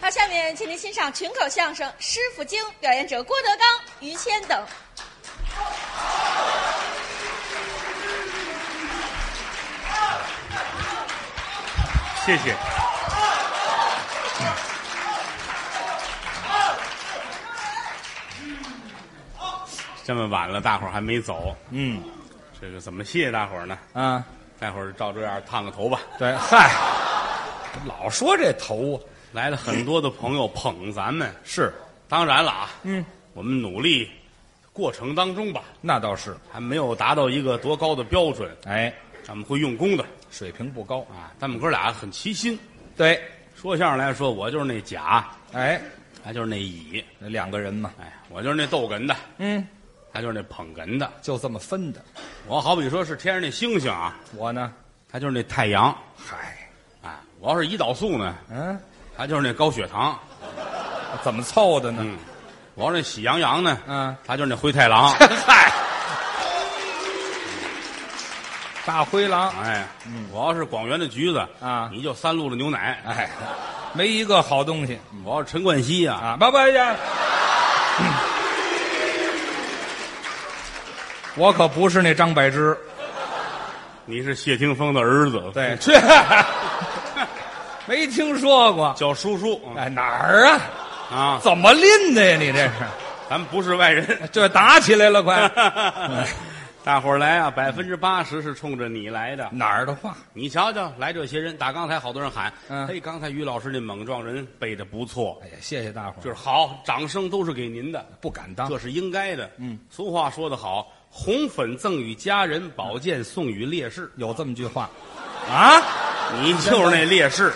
那下面，请您欣赏群口相声《师傅经》，表演者郭德纲、于谦等。谢谢。这么晚了，大伙儿还没走，嗯这个怎么谢谢大伙儿呢？啊，待会儿照这样烫个头吧。对，嗨，老说这头啊，来了很多的朋友捧咱们，是，当然了啊，嗯，我们努力过程当中吧，那倒是，还没有达到一个多高的标准，哎，咱们会用功的水平不高，啊。咱们哥俩很齐心，对，说相声来说，我就是那甲，哎，他就是那乙，那两个人嘛，哎，我就是那逗哏的，嗯，他就是那捧哏的。就这么分的。我好比说是天上那星星啊，我呢，他就是那太阳嗨，啊。我要是胰岛素呢，嗯，他就是那高血糖。怎么凑的呢？ 嗯，我要是那喜羊羊呢，嗯。他就是那灰太狼 嗨，大灰狼，哎，我要是广元的橘子嗯啊你就三鹿的牛奶。哎，没一个好东西我要是陈冠希啊，啊！不不呀，我可不是那张柏芝，你是谢霆锋的儿子， 对，去，没听说过。 叫叔叔嗯哎，哪儿啊？啊，怎么拎的呀？你这是，咱们不是外人。 这打起来了，快！大伙儿来啊，百分之八十是冲着你来的。哪儿的话？你瞧瞧，来这些人，打刚才好多人喊，嗯嘿，刚才于老师那猛撞人背的不错，哎呀，谢谢大伙儿，就是好，掌声都是给您的，不敢当这。是应该的。啊嗯，俗话说得好，红粉赠与佳人，宝剑送与烈士。有这么句话，啊，你就是那烈士，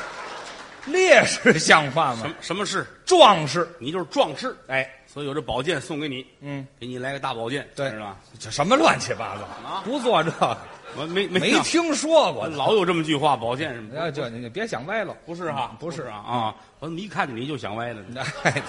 烈士像话什吗？么什么士？壮士，你就是壮士。哎，所以有这宝剑送给你，嗯，给你来个大宝剑，对是吧？这什么乱七八糟，不做这个，我 没嗯没没想听说过。老有这么句话，宝剑什么哎，的，这你别想歪了，不是哈，不是啊。啊！我怎么一看见你就想歪了呢？哎，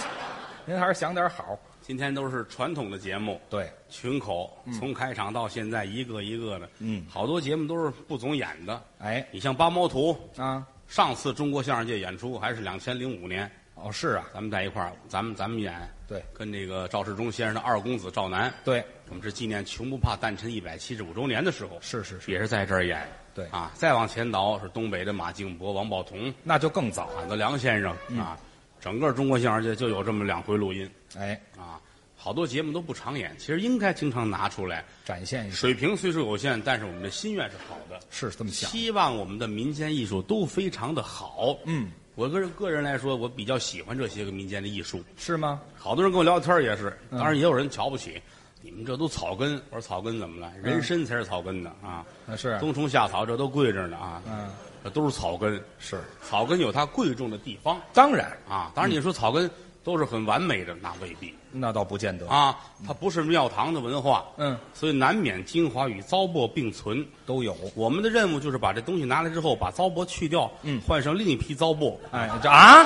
您还是想点好。今天都是传统的节目，对，群口从开场到现在一个一个的，嗯好多节目都是不总演的。哎，你像八猫图，啊，上次中国相声界演出还是两千零五年，哦，是啊，咱们在一块儿，咱们咱们演，对跟那个赵世忠先生的二公子赵楠，对，我们是纪念穷不怕诞辰一百七十五周年的时候，是是是，也是在这儿演。对啊，再往前倒是东北的马敬伯、王宝同、那就更早。俺的梁先生嗯啊，整个中国相声界就有这么两回录音哎，啊。好多节目都不常演，其实应该经常拿出来。展现一下，水平虽说有限，但是我们的心愿是好的，是这么想。希望我们的民间艺术都非常的好。嗯，我个人个人来说，我比较喜欢这些个民间的艺术。是吗？好多人跟我聊天也是，当然也有人瞧不起，你们这都草根。我说草根怎么了？人参才是草根呢啊！那是啊冬虫夏草这都跪着呢啊！嗯，这都是草根，是，草根有它贵重的地方当然，啊。当然你说草根都是很完美的，那未必那倒不见得。啊，它不是庙堂的文化，嗯，所以难免精华与糟粕并存。都有。我们的任务就是把这东西拿来之后，把糟粕去掉，嗯换上另一批糟粕。 哎，这啊，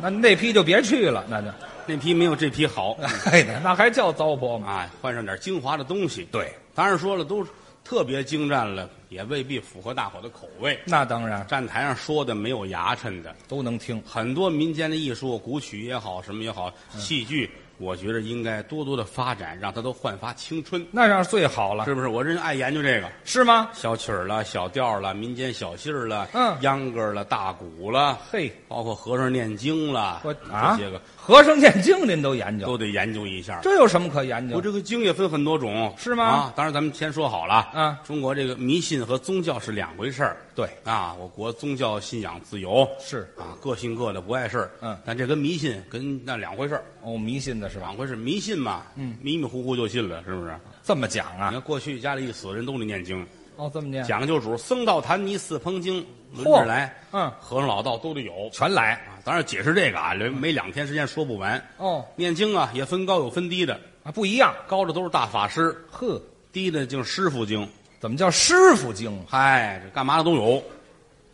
那那批就别去了，那就，那批没有这批好哎，那还叫糟粕吗？啊，换上点精华的东西。对，当然说了，都特别精湛了，也未必符合大伙的口味。那当然站台上说的没有牙碜的，都能听。很多民间的艺术，古曲也好，什么也好，嗯戏剧，我觉得应该多多的发展，让它都焕发青春，那样最好了，是不是？我这人爱研究这个是吗？小曲儿了、小调儿了、民间小戏儿了、嗯秧歌儿了、大鼓了，嘿，包括和尚念经了我，啊这些个，和尚念经您都研究，都得研究一下。这有什么可研我究？这个经也分很多种，是吗啊，当然咱们先说好了，嗯中国这个迷信和宗教是两回事儿，对，啊，我国宗教信仰自由，是啊，各信各的，不碍事儿，嗯但这跟迷信跟那两回事儿，哦，迷信的是吧？两回事儿，迷信嘛，嗯，迷迷糊糊就信了，是不是？这么讲你啊？看过去家里一死人都得念经，哦，这么念，讲究主僧道坛尼四烹经轮嚯着来，嗯和尚老道都得有全来啊。当然解释这个啊，没没两天时间说不完。哦，念经啊也分高有分低的，啊，不一样。高的都是大法师，呵，低的就是师傅经。怎么叫师傅经啊？嗨，这干嘛的都有，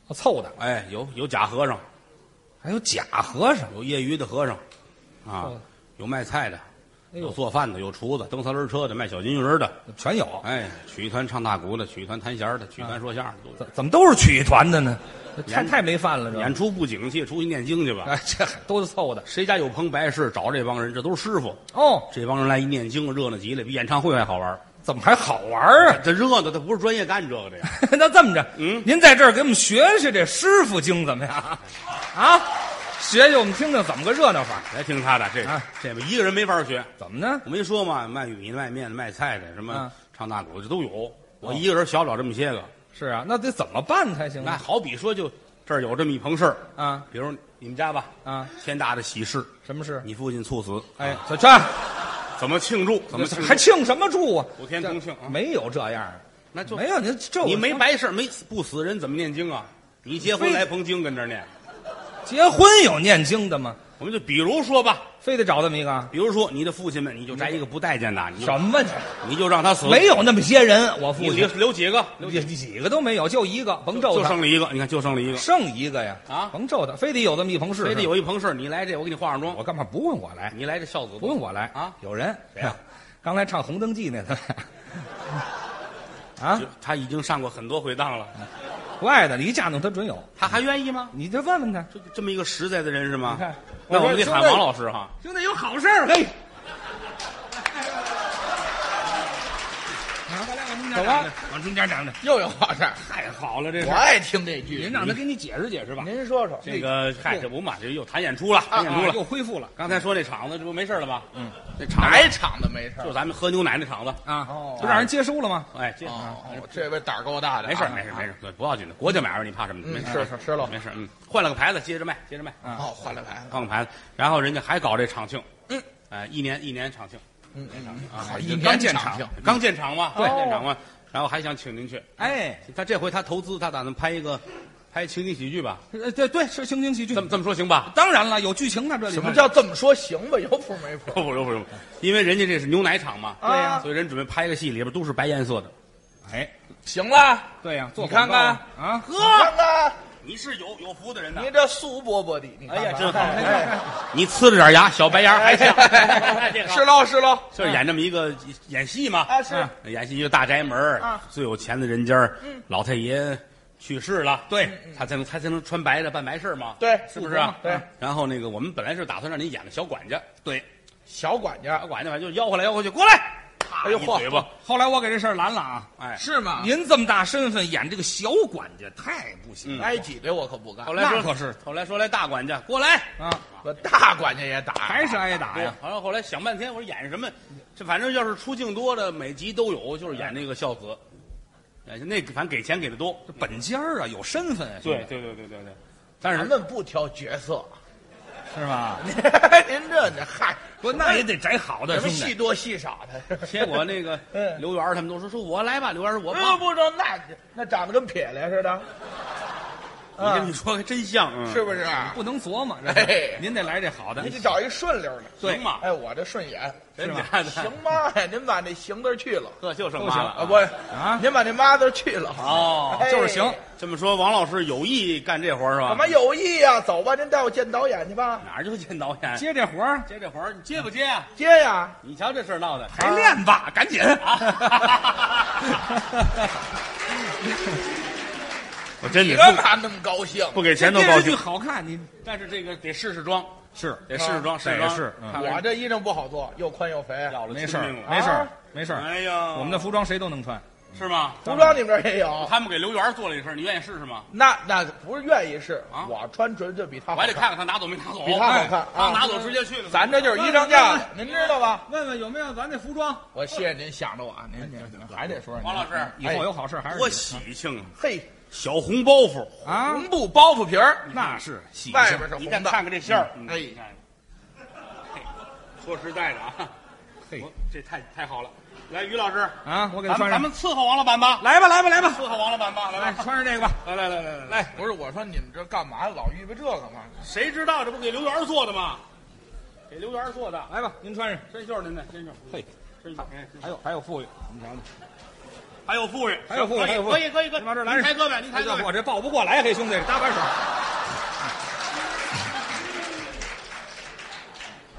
哦凑的，哎，有有假和尚，还有假和尚有业余的和尚，啊哦，有卖菜的，哎有呦，做饭的，有厨子，蹬三轮车的，卖小金鱼儿的，全有，哎，曲艺团唱大鼓的，曲艺团弹弦儿的，曲艺团说相声的，怎怎么都是曲艺团的呢？太演太没饭了，都这演出不景气，出去念经去吧。啊 哎，这还都是凑的谁家有棚白事，找这帮人，这都是师傅。哦。这帮人来一念经，热闹极了，比演唱会还好玩儿。怎么还好玩儿啊？ 这热闹，他不是专业干这个的呀。那这么着，嗯您在这儿给我们学学这师傅经怎么样？啊，学学我们听听怎么个热闹法？别听他的，这啊这一个人没法学。怎么呢？我没说嘛，卖玉米的、卖面的、卖菜的，什么嗯哦唱大鼓的，这都有。我一个人学不了这么些个。是啊，那得怎么办才行那啊？好比说，就这儿有这么一棚事儿，啊比如你们家吧，啊，天大的喜事，什么事？你父亲猝死，哎，小川，怎么庆祝？怎么庆祝还庆什么祝啊？普天同庆啊没有这样的，那就没有您这你没白事儿，没死不死人怎么念经啊？你结婚非来捧经跟这儿念，结婚有念经的吗？我们就比如说吧，非得找这么一个？啊比如说你的父亲们，你就摘一个不待见的，你就什么？你就让他死，没有那么些人，我父你亲留留几个，留也几个都没有，就一个，甭咒就他，剩了一个，你看就剩了一个，剩一个呀啊甭咒他，非得有这么一棚事，非得有一棚事儿你来这，我给你化上妆 我，干嘛不问我来？你来这孝子不用我来啊有人谁呀？ 刚才唱《红灯记》那个啊，就他已经上过很多回当了，不爱的，你一架弄他准有，他还愿意吗？你就问问他。这这么一个实在的人是吗你看？那我我说们得喊兄弟王老师哈，兄弟有好事儿，嘿，快来往中走间吧站着，，往中间站着，又有好事儿，太好了，这我爱听这句。您让他给你解释解释吧。您说说这个嗨，这不嘛，这又谈演出了，谈演啊出了。又恢复了刚才说那场子，这不没事了吧？嗯，那场哪子一场子没事儿就咱们喝牛奶那场子，啊哦，不让人接收了吗？哎，这哦，这位胆儿够大的啊，没事儿没事儿没事儿，不要紧的，国家买卖你怕什么？没事嗯，是儿是是喽。没事儿，嗯，换了个牌子，接着卖，接着卖，哦，换了牌了，换个牌子，然后人家还搞这场庆，嗯，哎，一年一年场庆，嗯嗯啊好，这一刚年建场厂听，刚建厂嘛，对刚建厂嘛，然后还想请您去，哎，他这回他投资，他打算拍一个，拍情景喜剧吧？呃对对，是情景喜剧这。么这么说行吧？当然了，有剧情呢，这里什么面叫这么说行吧？有谱没谱？啊不不不不，因为人家这是牛奶厂嘛，对呀所以人准备拍个戏，里边都是白颜色的。哎，行了，对呀，做你看广告啊啊，哥，看看你是有有福的人呐你这苏伯伯的，你看哎呀看真好哎哎你呲着点牙，小白牙还像，是喽是喽， 就是演这么一个演戏嘛，啊是演戏一个大宅门儿啊最有钱的人家儿，老太爷去世了，对，他才能他才能穿白的办白事儿嘛，对是不是啊？富婆嘛对。然后那个我们本来是打算让你演个小管家，对，小管家小管家反正就吆喝来吆喝去，过来，哎呦一嚯嘴巴，后来我给这事儿拦了啊。哎，是吗您您这么大身份演这个小管家太不行嗯挨挤兑我可不干后，来说那可是后来说来大管家过来，啊，我大管家也打，还是挨打哎呀呀。，好像后来想半天，我说演什么？这反正要是出镜多的，每集都有，就是演那个孝子，演那个反正给钱给的多。这本家儿啊，有身份啊，兄对弟对对对对对，但咱是们不挑角色， 是 吧？您这这嗨，不，那也得摘好的，什么兄戏弟。多戏少的， 结果那 个嗯刘源儿他们都说说我来吧，刘源儿我不爸。哎不中，那那长得跟撇了似 的，啊你这么一说还真像，嗯是不啊是？不能琢磨，这哎您得来这好的你。得找一顺溜的。行嘛？哎，我这顺眼，真是吧假的？行妈呀！您把那行字去了呵，就剩都妈行了啊，不是啊您把那妈字去了。哦哎就是行，这么说，王老师有意干这活儿是吧？怎么有意呀？走吧，您带我见导演去吧。哪儿就见导演？接这活儿接这活儿，你接不接啊？接呀，你瞧这事儿闹的，啊排哎练吧，赶 紧。我真你的干嘛那么高兴？不给钱都电高视剧兴。好看，你但是这个得试试妆，是得试试妆，试试妆得试嗯看看我这衣裳不好做，又宽又肥。要了没事儿亲命，了没事儿啊，没事儿。哎呀，我们的服装谁都能穿，是吗？服装你们这儿也有？他们给刘源做了一身，你愿意试试吗？那那不是愿意试啊我穿准就比他啊我好还得看。看看他拿走没拿走，比他好哎看啊他拿走直接去了。咱这就是衣裳架子，您知道吧？问问有没有咱这服装，我谢谢您想着我，啊您您还得说王老师以后有好事还是多你喜庆啊！嘿，小红包袱，啊？红布包袱皮儿，那是喜庆，外边是你红再的，看看这馅儿，嗯哎，你看嘿说实在的啊，嘿我这太太好了。来，于老师，啊！我给他咱们穿咱上们，伺候王老板吧，来吧，来吧，来吧，伺候王老板吧，来来吧，穿上这个吧。来来来来来来，不是我说你们这干嘛老预备这个嘛？谁知道这不给刘源做的吗？给刘源做的，来吧，您穿上。真就是您的，真是，嘿，真是，哎，真是还有还有富裕，还有富裕，还有富裕可以还有富裕可以可以可以，您往这儿来您抬胳膊，您抬哎呀胳膊，我这抱不过来，嘿兄弟，搭把手。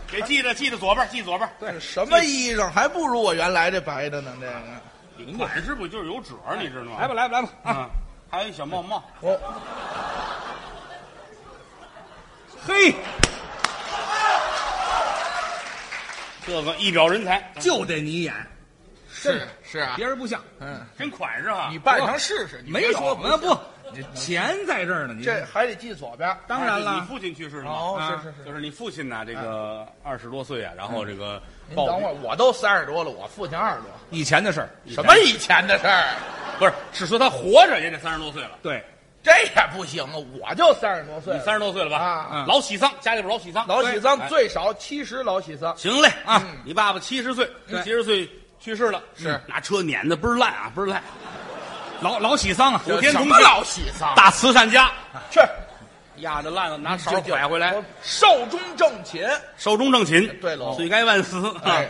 给记着，记着左边，记左边。对，什么衣裳还不如我原来这白的呢？这个领管是不是就是有褶儿，你知道吗？来吧，来吧，来吧啊！啊，还有一小帽帽，我嘿，这个一表人才，就得你演， 是是啊，别人不像。嗯，真款式哈。你扮上试试，你没别有说啊，不不，钱在这儿呢。你这还得记左边。当然哎了你，父亲去世了吗？哦，啊是是是，就是你父亲呢，这个二十多岁啊，然后这个您暴等会儿，我都三十多了，我父亲二十多，以前的事儿。以前什么以前的事儿？不是，是说他活着也得三十多岁了，对，这也不行啊！我就三十多岁你了，三十多岁了吧？啊嗯老喜丧，家里边老喜丧，老喜丧哎最少七十，老喜丧行嘞啊嗯！你爸爸七十岁，对七十岁去世了，是嗯拿车碾的倍儿烂啊，倍儿烂。老老喜丧啊，古天什同么庆老喜丧？大慈善家去压着烂了，拿勺就就拐回来我，寿终正寝，寿终正寝。对喽罪该万死啊哎！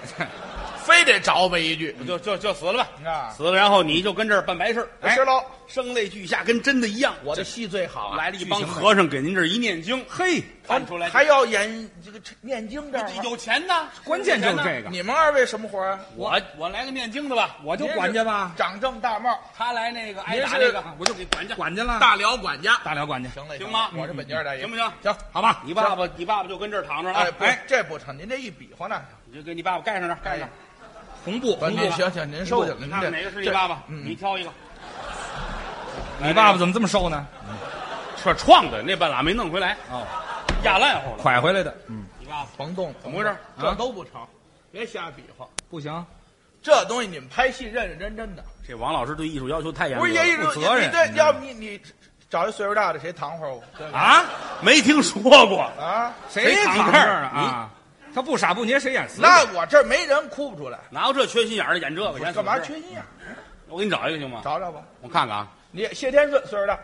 非得着吧一句就就就死了吧，啊！死了，然后你就跟这儿办白事儿，哎是喽，声泪俱下，跟真的一样。我的戏最好啊，来了一帮和尚给您这儿一念经，嘿，看出来还要演这个念经这儿吗。有钱呢，关键就是这个，你们二位什么活儿啊？我我来个念经的吧，我就管家吧，掌正大帽，他来那个挨您打是那个，我就给管家，管家了，大辽管家，大辽管家，行嘞，行吗我是本家大爷，行不行？行，好吧？你爸爸，你爸爸就跟这儿躺着啊哎，，不，这不成，您这一比划呢，你就给你爸爸盖上点，盖上。红布，不红您布，行行，您收下了，你您看这看哪个是你爸爸，这嗯你挑一个。你爸爸怎么这么瘦呢？串创的那半拉没弄回来，哦，压烂乎了。拐回来的，嗯，你爸爸甭动，怎么回事？这都不成，别瞎比划。不行，这东西你们拍戏认认真真的，这王老师对艺术要求太严不格是也了，有负责任你这要不你你找一岁数大的谁搪会儿我？对吧啊，没听说过。啊，谁躺躺这这儿儿啊？他不傻不捏，谁演死？那我这儿没人哭不出来，哪有这缺心眼儿的演这个？演干嘛死缺人心眼儿？嗯我给你找一个行吗？找找吧，我看看啊，你谢天顺岁数大，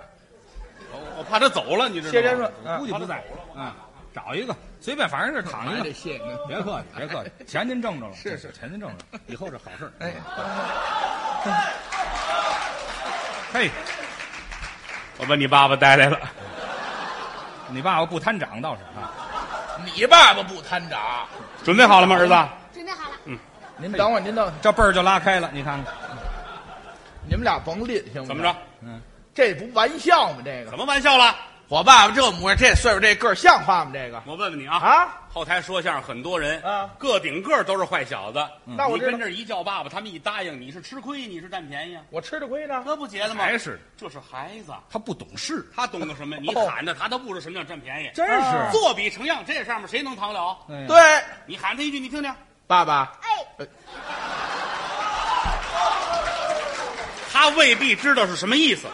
我我怕他走了，你知道吗？谢天顺，估嗯计不在啊，找一个随便，反正是躺一个。谢您。别客气，别客气，钱您挣着了，是是钱您挣着了，以后是好事儿。哎，嘿，我把你爸爸带来了。你爸爸不贪长倒是啊，你爸爸不贪长，准备好了吗，儿子？准备好了，您等会儿，您等会儿，这辈儿就拉开了，你看看，你们俩甭吝，行不？怎么？着？嗯，这不玩笑吗？这个怎么玩笑了？我爸爸这模样，这岁数这个儿像话吗？这个我问问你啊，啊，后台说相声很多人啊个顶个都是坏小子。那我你知道跟这儿一叫爸爸，他们一答应，你是吃亏，你是占便宜啊，我吃的亏呢。这不结了吗？还是这是孩子，他不懂事，他懂个什么？你哦喊着他，他不知什么叫占便宜。真啊是。作比成样，这上面谁能扛得了？对对，你喊他一句，你听听，爸爸，哎，他未必知道是什么意思。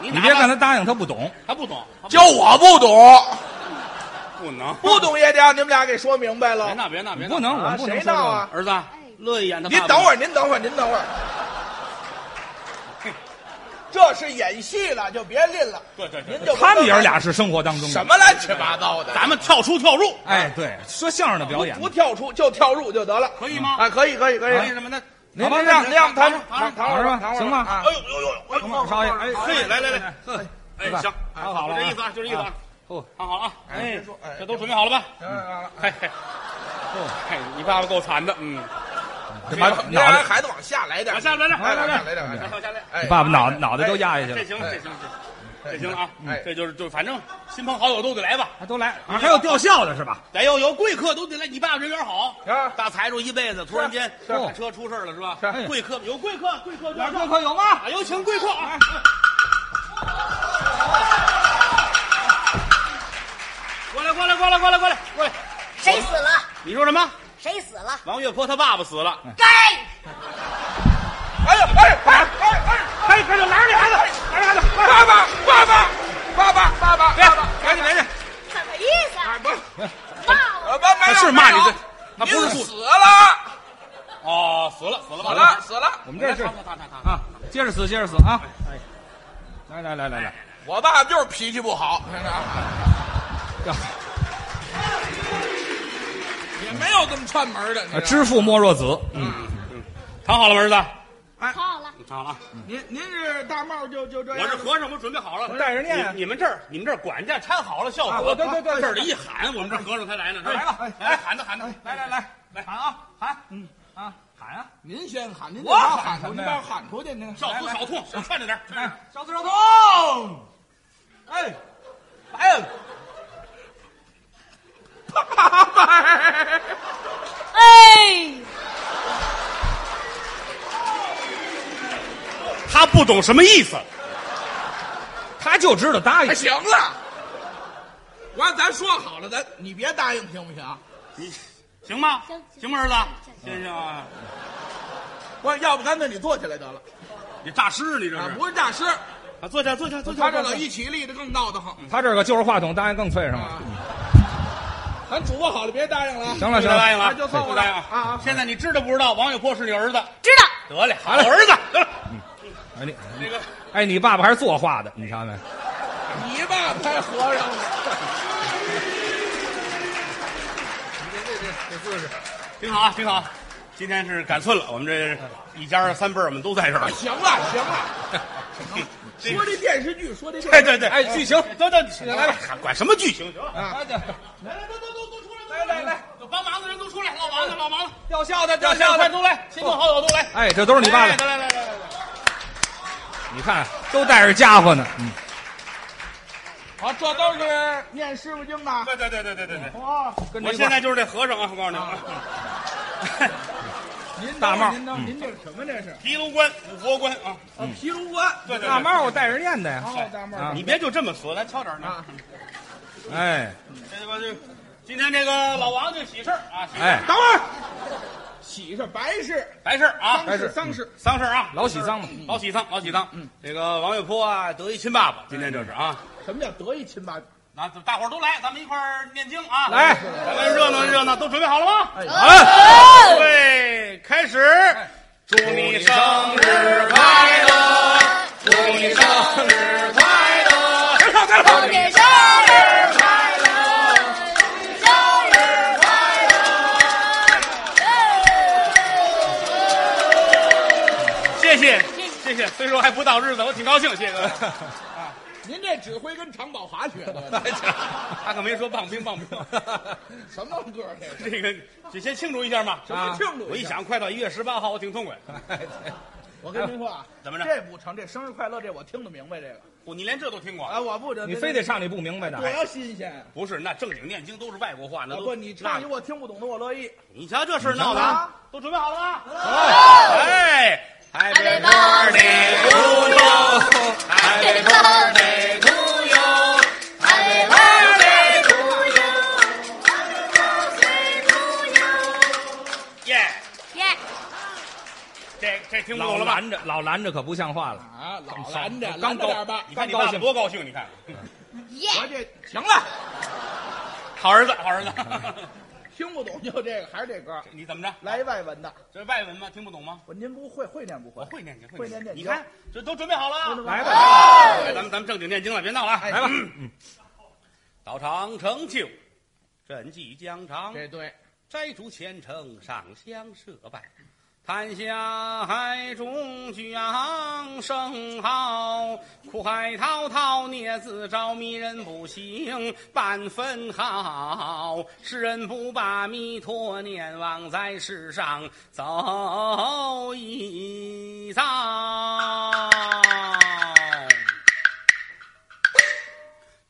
你你拿别看他，他答应，他不懂。他不懂，他就我哎不懂，不能，不懂也得让你们俩给说明白别了。闹，别闹，别闹，不能我啊，们不能谁说这个闹啊？儿子乐意演他。您等会儿，，您等会儿，您等会 儿。这是演戏了，就别吝了。对对对您就他们爷儿俩是生活当中的什？么乱七八糟的？咱们跳出跳入，哎，对，说相声的表演不跳出就跳入就得了。可以吗？啊，可以，可以，可为以。什么呢？您好吧您让那您让他们躺着躺会儿吧，躺着吧躺会儿吧行吗啊哎呦呦呦！哎呦么少爷，哎，嘿，来来来，呵，哎，行，好好了啊就这意思啊，就这意思啊，哦，看好了啊，哎别说哎这都准备好了吧？哎行行行嘿嘿，嘿，哎你爸爸够惨的，嗯，这把您脑让袋，孩子往下来点儿，往下来点儿哎来点儿来来点儿点儿来点往儿。下来，哎，爸爸脑脑袋都压下去这了，行，这行，这这行了啊，哎这就是就反正亲朋好友都得来吧，啊都来，啊还有吊孝的是吧？得有有贵客都得来，你爸爸人缘好啊大财主一辈子，突然间是大车出事儿了是吧？是贵客有贵客，贵客有这可有吗？啊，有请贵客啊！过来，过来，过来，过来，过来，过来！谁死了？你说什么？谁死了？王月坡他爸爸死了，该哎呀，哎哎哎哎！哎，快点拿着这孩子，拿着孩子，快爸爸，爸爸，爸爸，爸爸，爸爸，哎别，赶紧别去，怎么意思啊？不是，骂我呃，不，没有，是哎骂你没有的，他不是您故死了，哦，死了，死了，死了，死了。我们这是啊，接着死，接着死啊！来来来来来，我爸爸就是脾气不好，也没哎有这么串门的。知父莫若子，嗯，躺好了吗，儿子？哎好了，看好了啊，您您是大帽就就这我样这了吗，和尚，我准备好了，带哎着念你你们这儿，你们这儿管家掺好了孝啊和，对对对哎这儿一喊，我们这儿和尚才来呢，哎来吧来喊他喊他，哎来来来来喊啊喊，嗯啊喊啊！您先喊，您我得把我喊喊什出么去，呀您把我喊出去，您少哭少痛，少劝着点儿，哎，烧子烧痛！哎，来了！哎，他不懂什么意思，他就知道答应哎，。行了。完，咱说好了，咱你别答应行不行？你行吗？行行吗，儿子？先生啊，不是，要不干脆你坐起来得了。你诈尸你这啊，是？不是诈尸，啊，坐下坐下坐下，他这坐老下一起立的更闹得慌。他这个就是话筒，答应更脆上了。啊， 咱嘱咐好了，别答应了啊。行了就行了，答应了，啊就凑合不答应啊啊哎现在你知道不知道王月波是你儿子？知道。得嘞，好儿子。 哎你那个哎你爸爸还是作画的，你瞧没？你爸太和尚了。挺好啊，挺好啊。今天是赶寸了，我们这一家三辈儿我们都在这儿。行了行了， 说这电视剧，说这电对视剧对对，哎，剧情走走，起来吧，管什么剧情？行了，啊，来来，都都都都出来，来来来，有帮忙的人都出来，老王的老王的，要笑的要相声都来，亲朋好友都来。哎，这都是你爸来爸，来来来来，你看都带着家伙呢。嗯，好，这都是念师傅经的。对对对对对对对。哇，跟着我一现块儿在就是这和尚啊，我告诉 你，您大帽您等会儿您这是什么这是？提炉关、五佛关啊，啊，皮如关。对对大猫，我带着念的呀。哦，大帽啊儿。啊你别就这么说，咱敲点呢。哎，这他妈就今天这个老王这喜事儿啊，喜事哎儿等会儿，喜事白事，白事儿啊，丧事丧事。丧事儿啊，老喜丧嘛。老喜丧，老喜丧。嗯，这个王月波啊，得一亲爸爸，今天这是啊，什么叫得意亲爸？那大伙儿都来，咱们一块儿念经啊，来咱们热闹热闹，都准备好了吗？哎啊，哦对，开始。祝你生日快乐！祝你生日快乐！别唱，别唱。祝你生日快乐，生日快乐！谢谢，谢谢。虽说还不到日子，我挺高兴，谢谢 各位。您这指挥跟常宝华学的，他可没说棒冰 棒冰，什么歌儿这这是？个就先啊庆祝一下嘛。什么庆祝？啊我一，想，快到一月十八号，我挺痛快。我跟您说啊，怎么着这不成，这生日快乐这我听得明白这个我你连这都听过？啊，我不这 你非得唱你不明白的。哎多新鲜啊！不是，那正经念经都是外国话，那都不，你唱一那我听不懂的，我乐意。你瞧这事儿闹的啊，都准备好了吗？哎，Happy Happy birthday to you，Happy birthday to you， Happy birthday to you, Happy birthday to 耶！ you。耶，这这听不老懂了吧？拦着，老拦着可不像话了。啊，老拦着，刚拦着高点儿吧。你看刚你爸高爸兴，多高兴，你 看，耶，我这行了， 好儿子， 好儿子。听不懂就这个，还是这歌，你怎么着？来一外文的。这外文吗？听不懂吗？我您不会，会念不会？我会念经，会念念你经看，这都准备好了啊。来吧。哎哎，咱们咱们正经念经了，别闹了啊！来吧嗯到长城丘，赈济疆场，这对，摘竹前程，上香设拜，潭下海中扬声号，苦海滔滔，孽自招，迷人不醒半分好。世人不把弥陀念，枉在世上走一遭。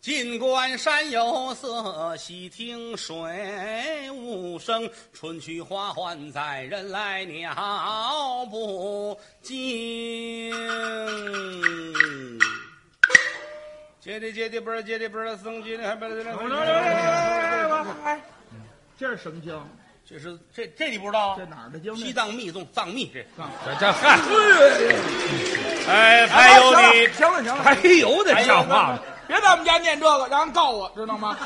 近观山有色，细听水无声。春去花还在，人来鸟不惊。接的接的不是接的不是僧接的还不是哎，这是什么经？这是这这你不知道啊这？哪儿的经？西藏密宗藏密这，这这嗨，哎，哎还有你行了行了，还有的像话吗？别在我们家念这个，让人告我知道吗？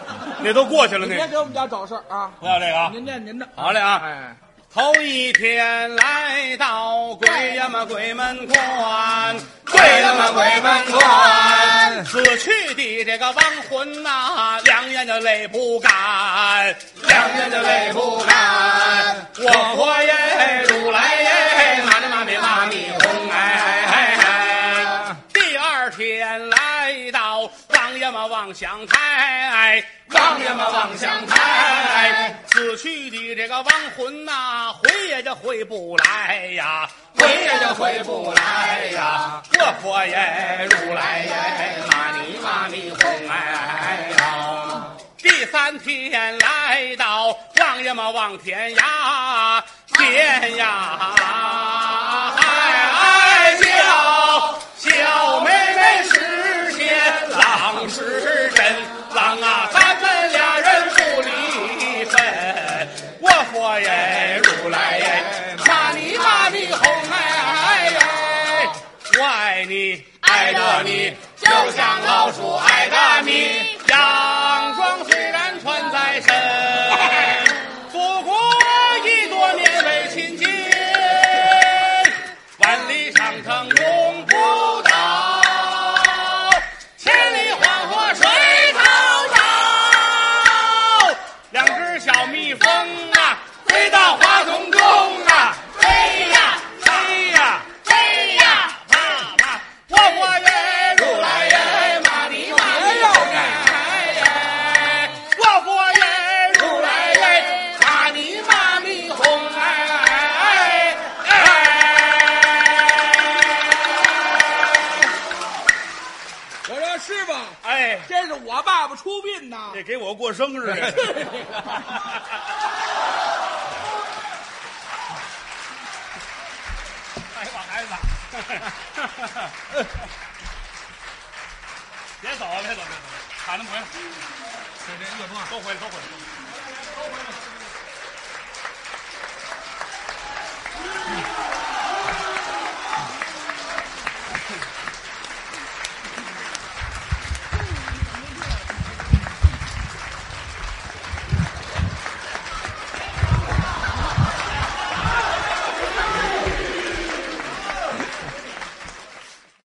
那都过去了，你那别个给我们家找事儿啊！不要这个啊。您念您的，好嘞啊哎，头一天来到鬼呀嘛鬼门关，鬼呀嘛鬼门关，死去的这个亡魂呐、两眼就泪不干，两眼就泪不干。我佛耶，如来耶，嘛呢嘛咪嘛咪吽哎。么往想开，望呀嘛望想开，死去的这个亡魂呐、回也就回不来呀，回也就回不来呀，这佛爷如来耶，玛尼玛尼哄哎呀，第三天来到望呀嘛望天涯，天涯。哎哎叫小妹妹是天郎是真郎啊，咱们俩人不离分。我佛耶，如来耶，玛尼玛尼哄哎哎呀，我爱你，爱的你就像老鼠爱的你。洋装虽然穿在身，祖国已多年为亲近，万里长城永不倒，千里黄河水滔滔。两只小蜜蜂啊，飞到花丛中啊，飞呀飞呀飞呀，啪啪，我我耶如如来耶，玛尼玛尼哄哎耶，我佛耶如如来耶，玛尼玛尼哄哎哎哎。我说师傅，哎，这是我爸爸出殡呐。这给我过生日呢。哎我孩子，别走啊，别走，别走，喊他们回来，这这月光都回来，都回来，都回来，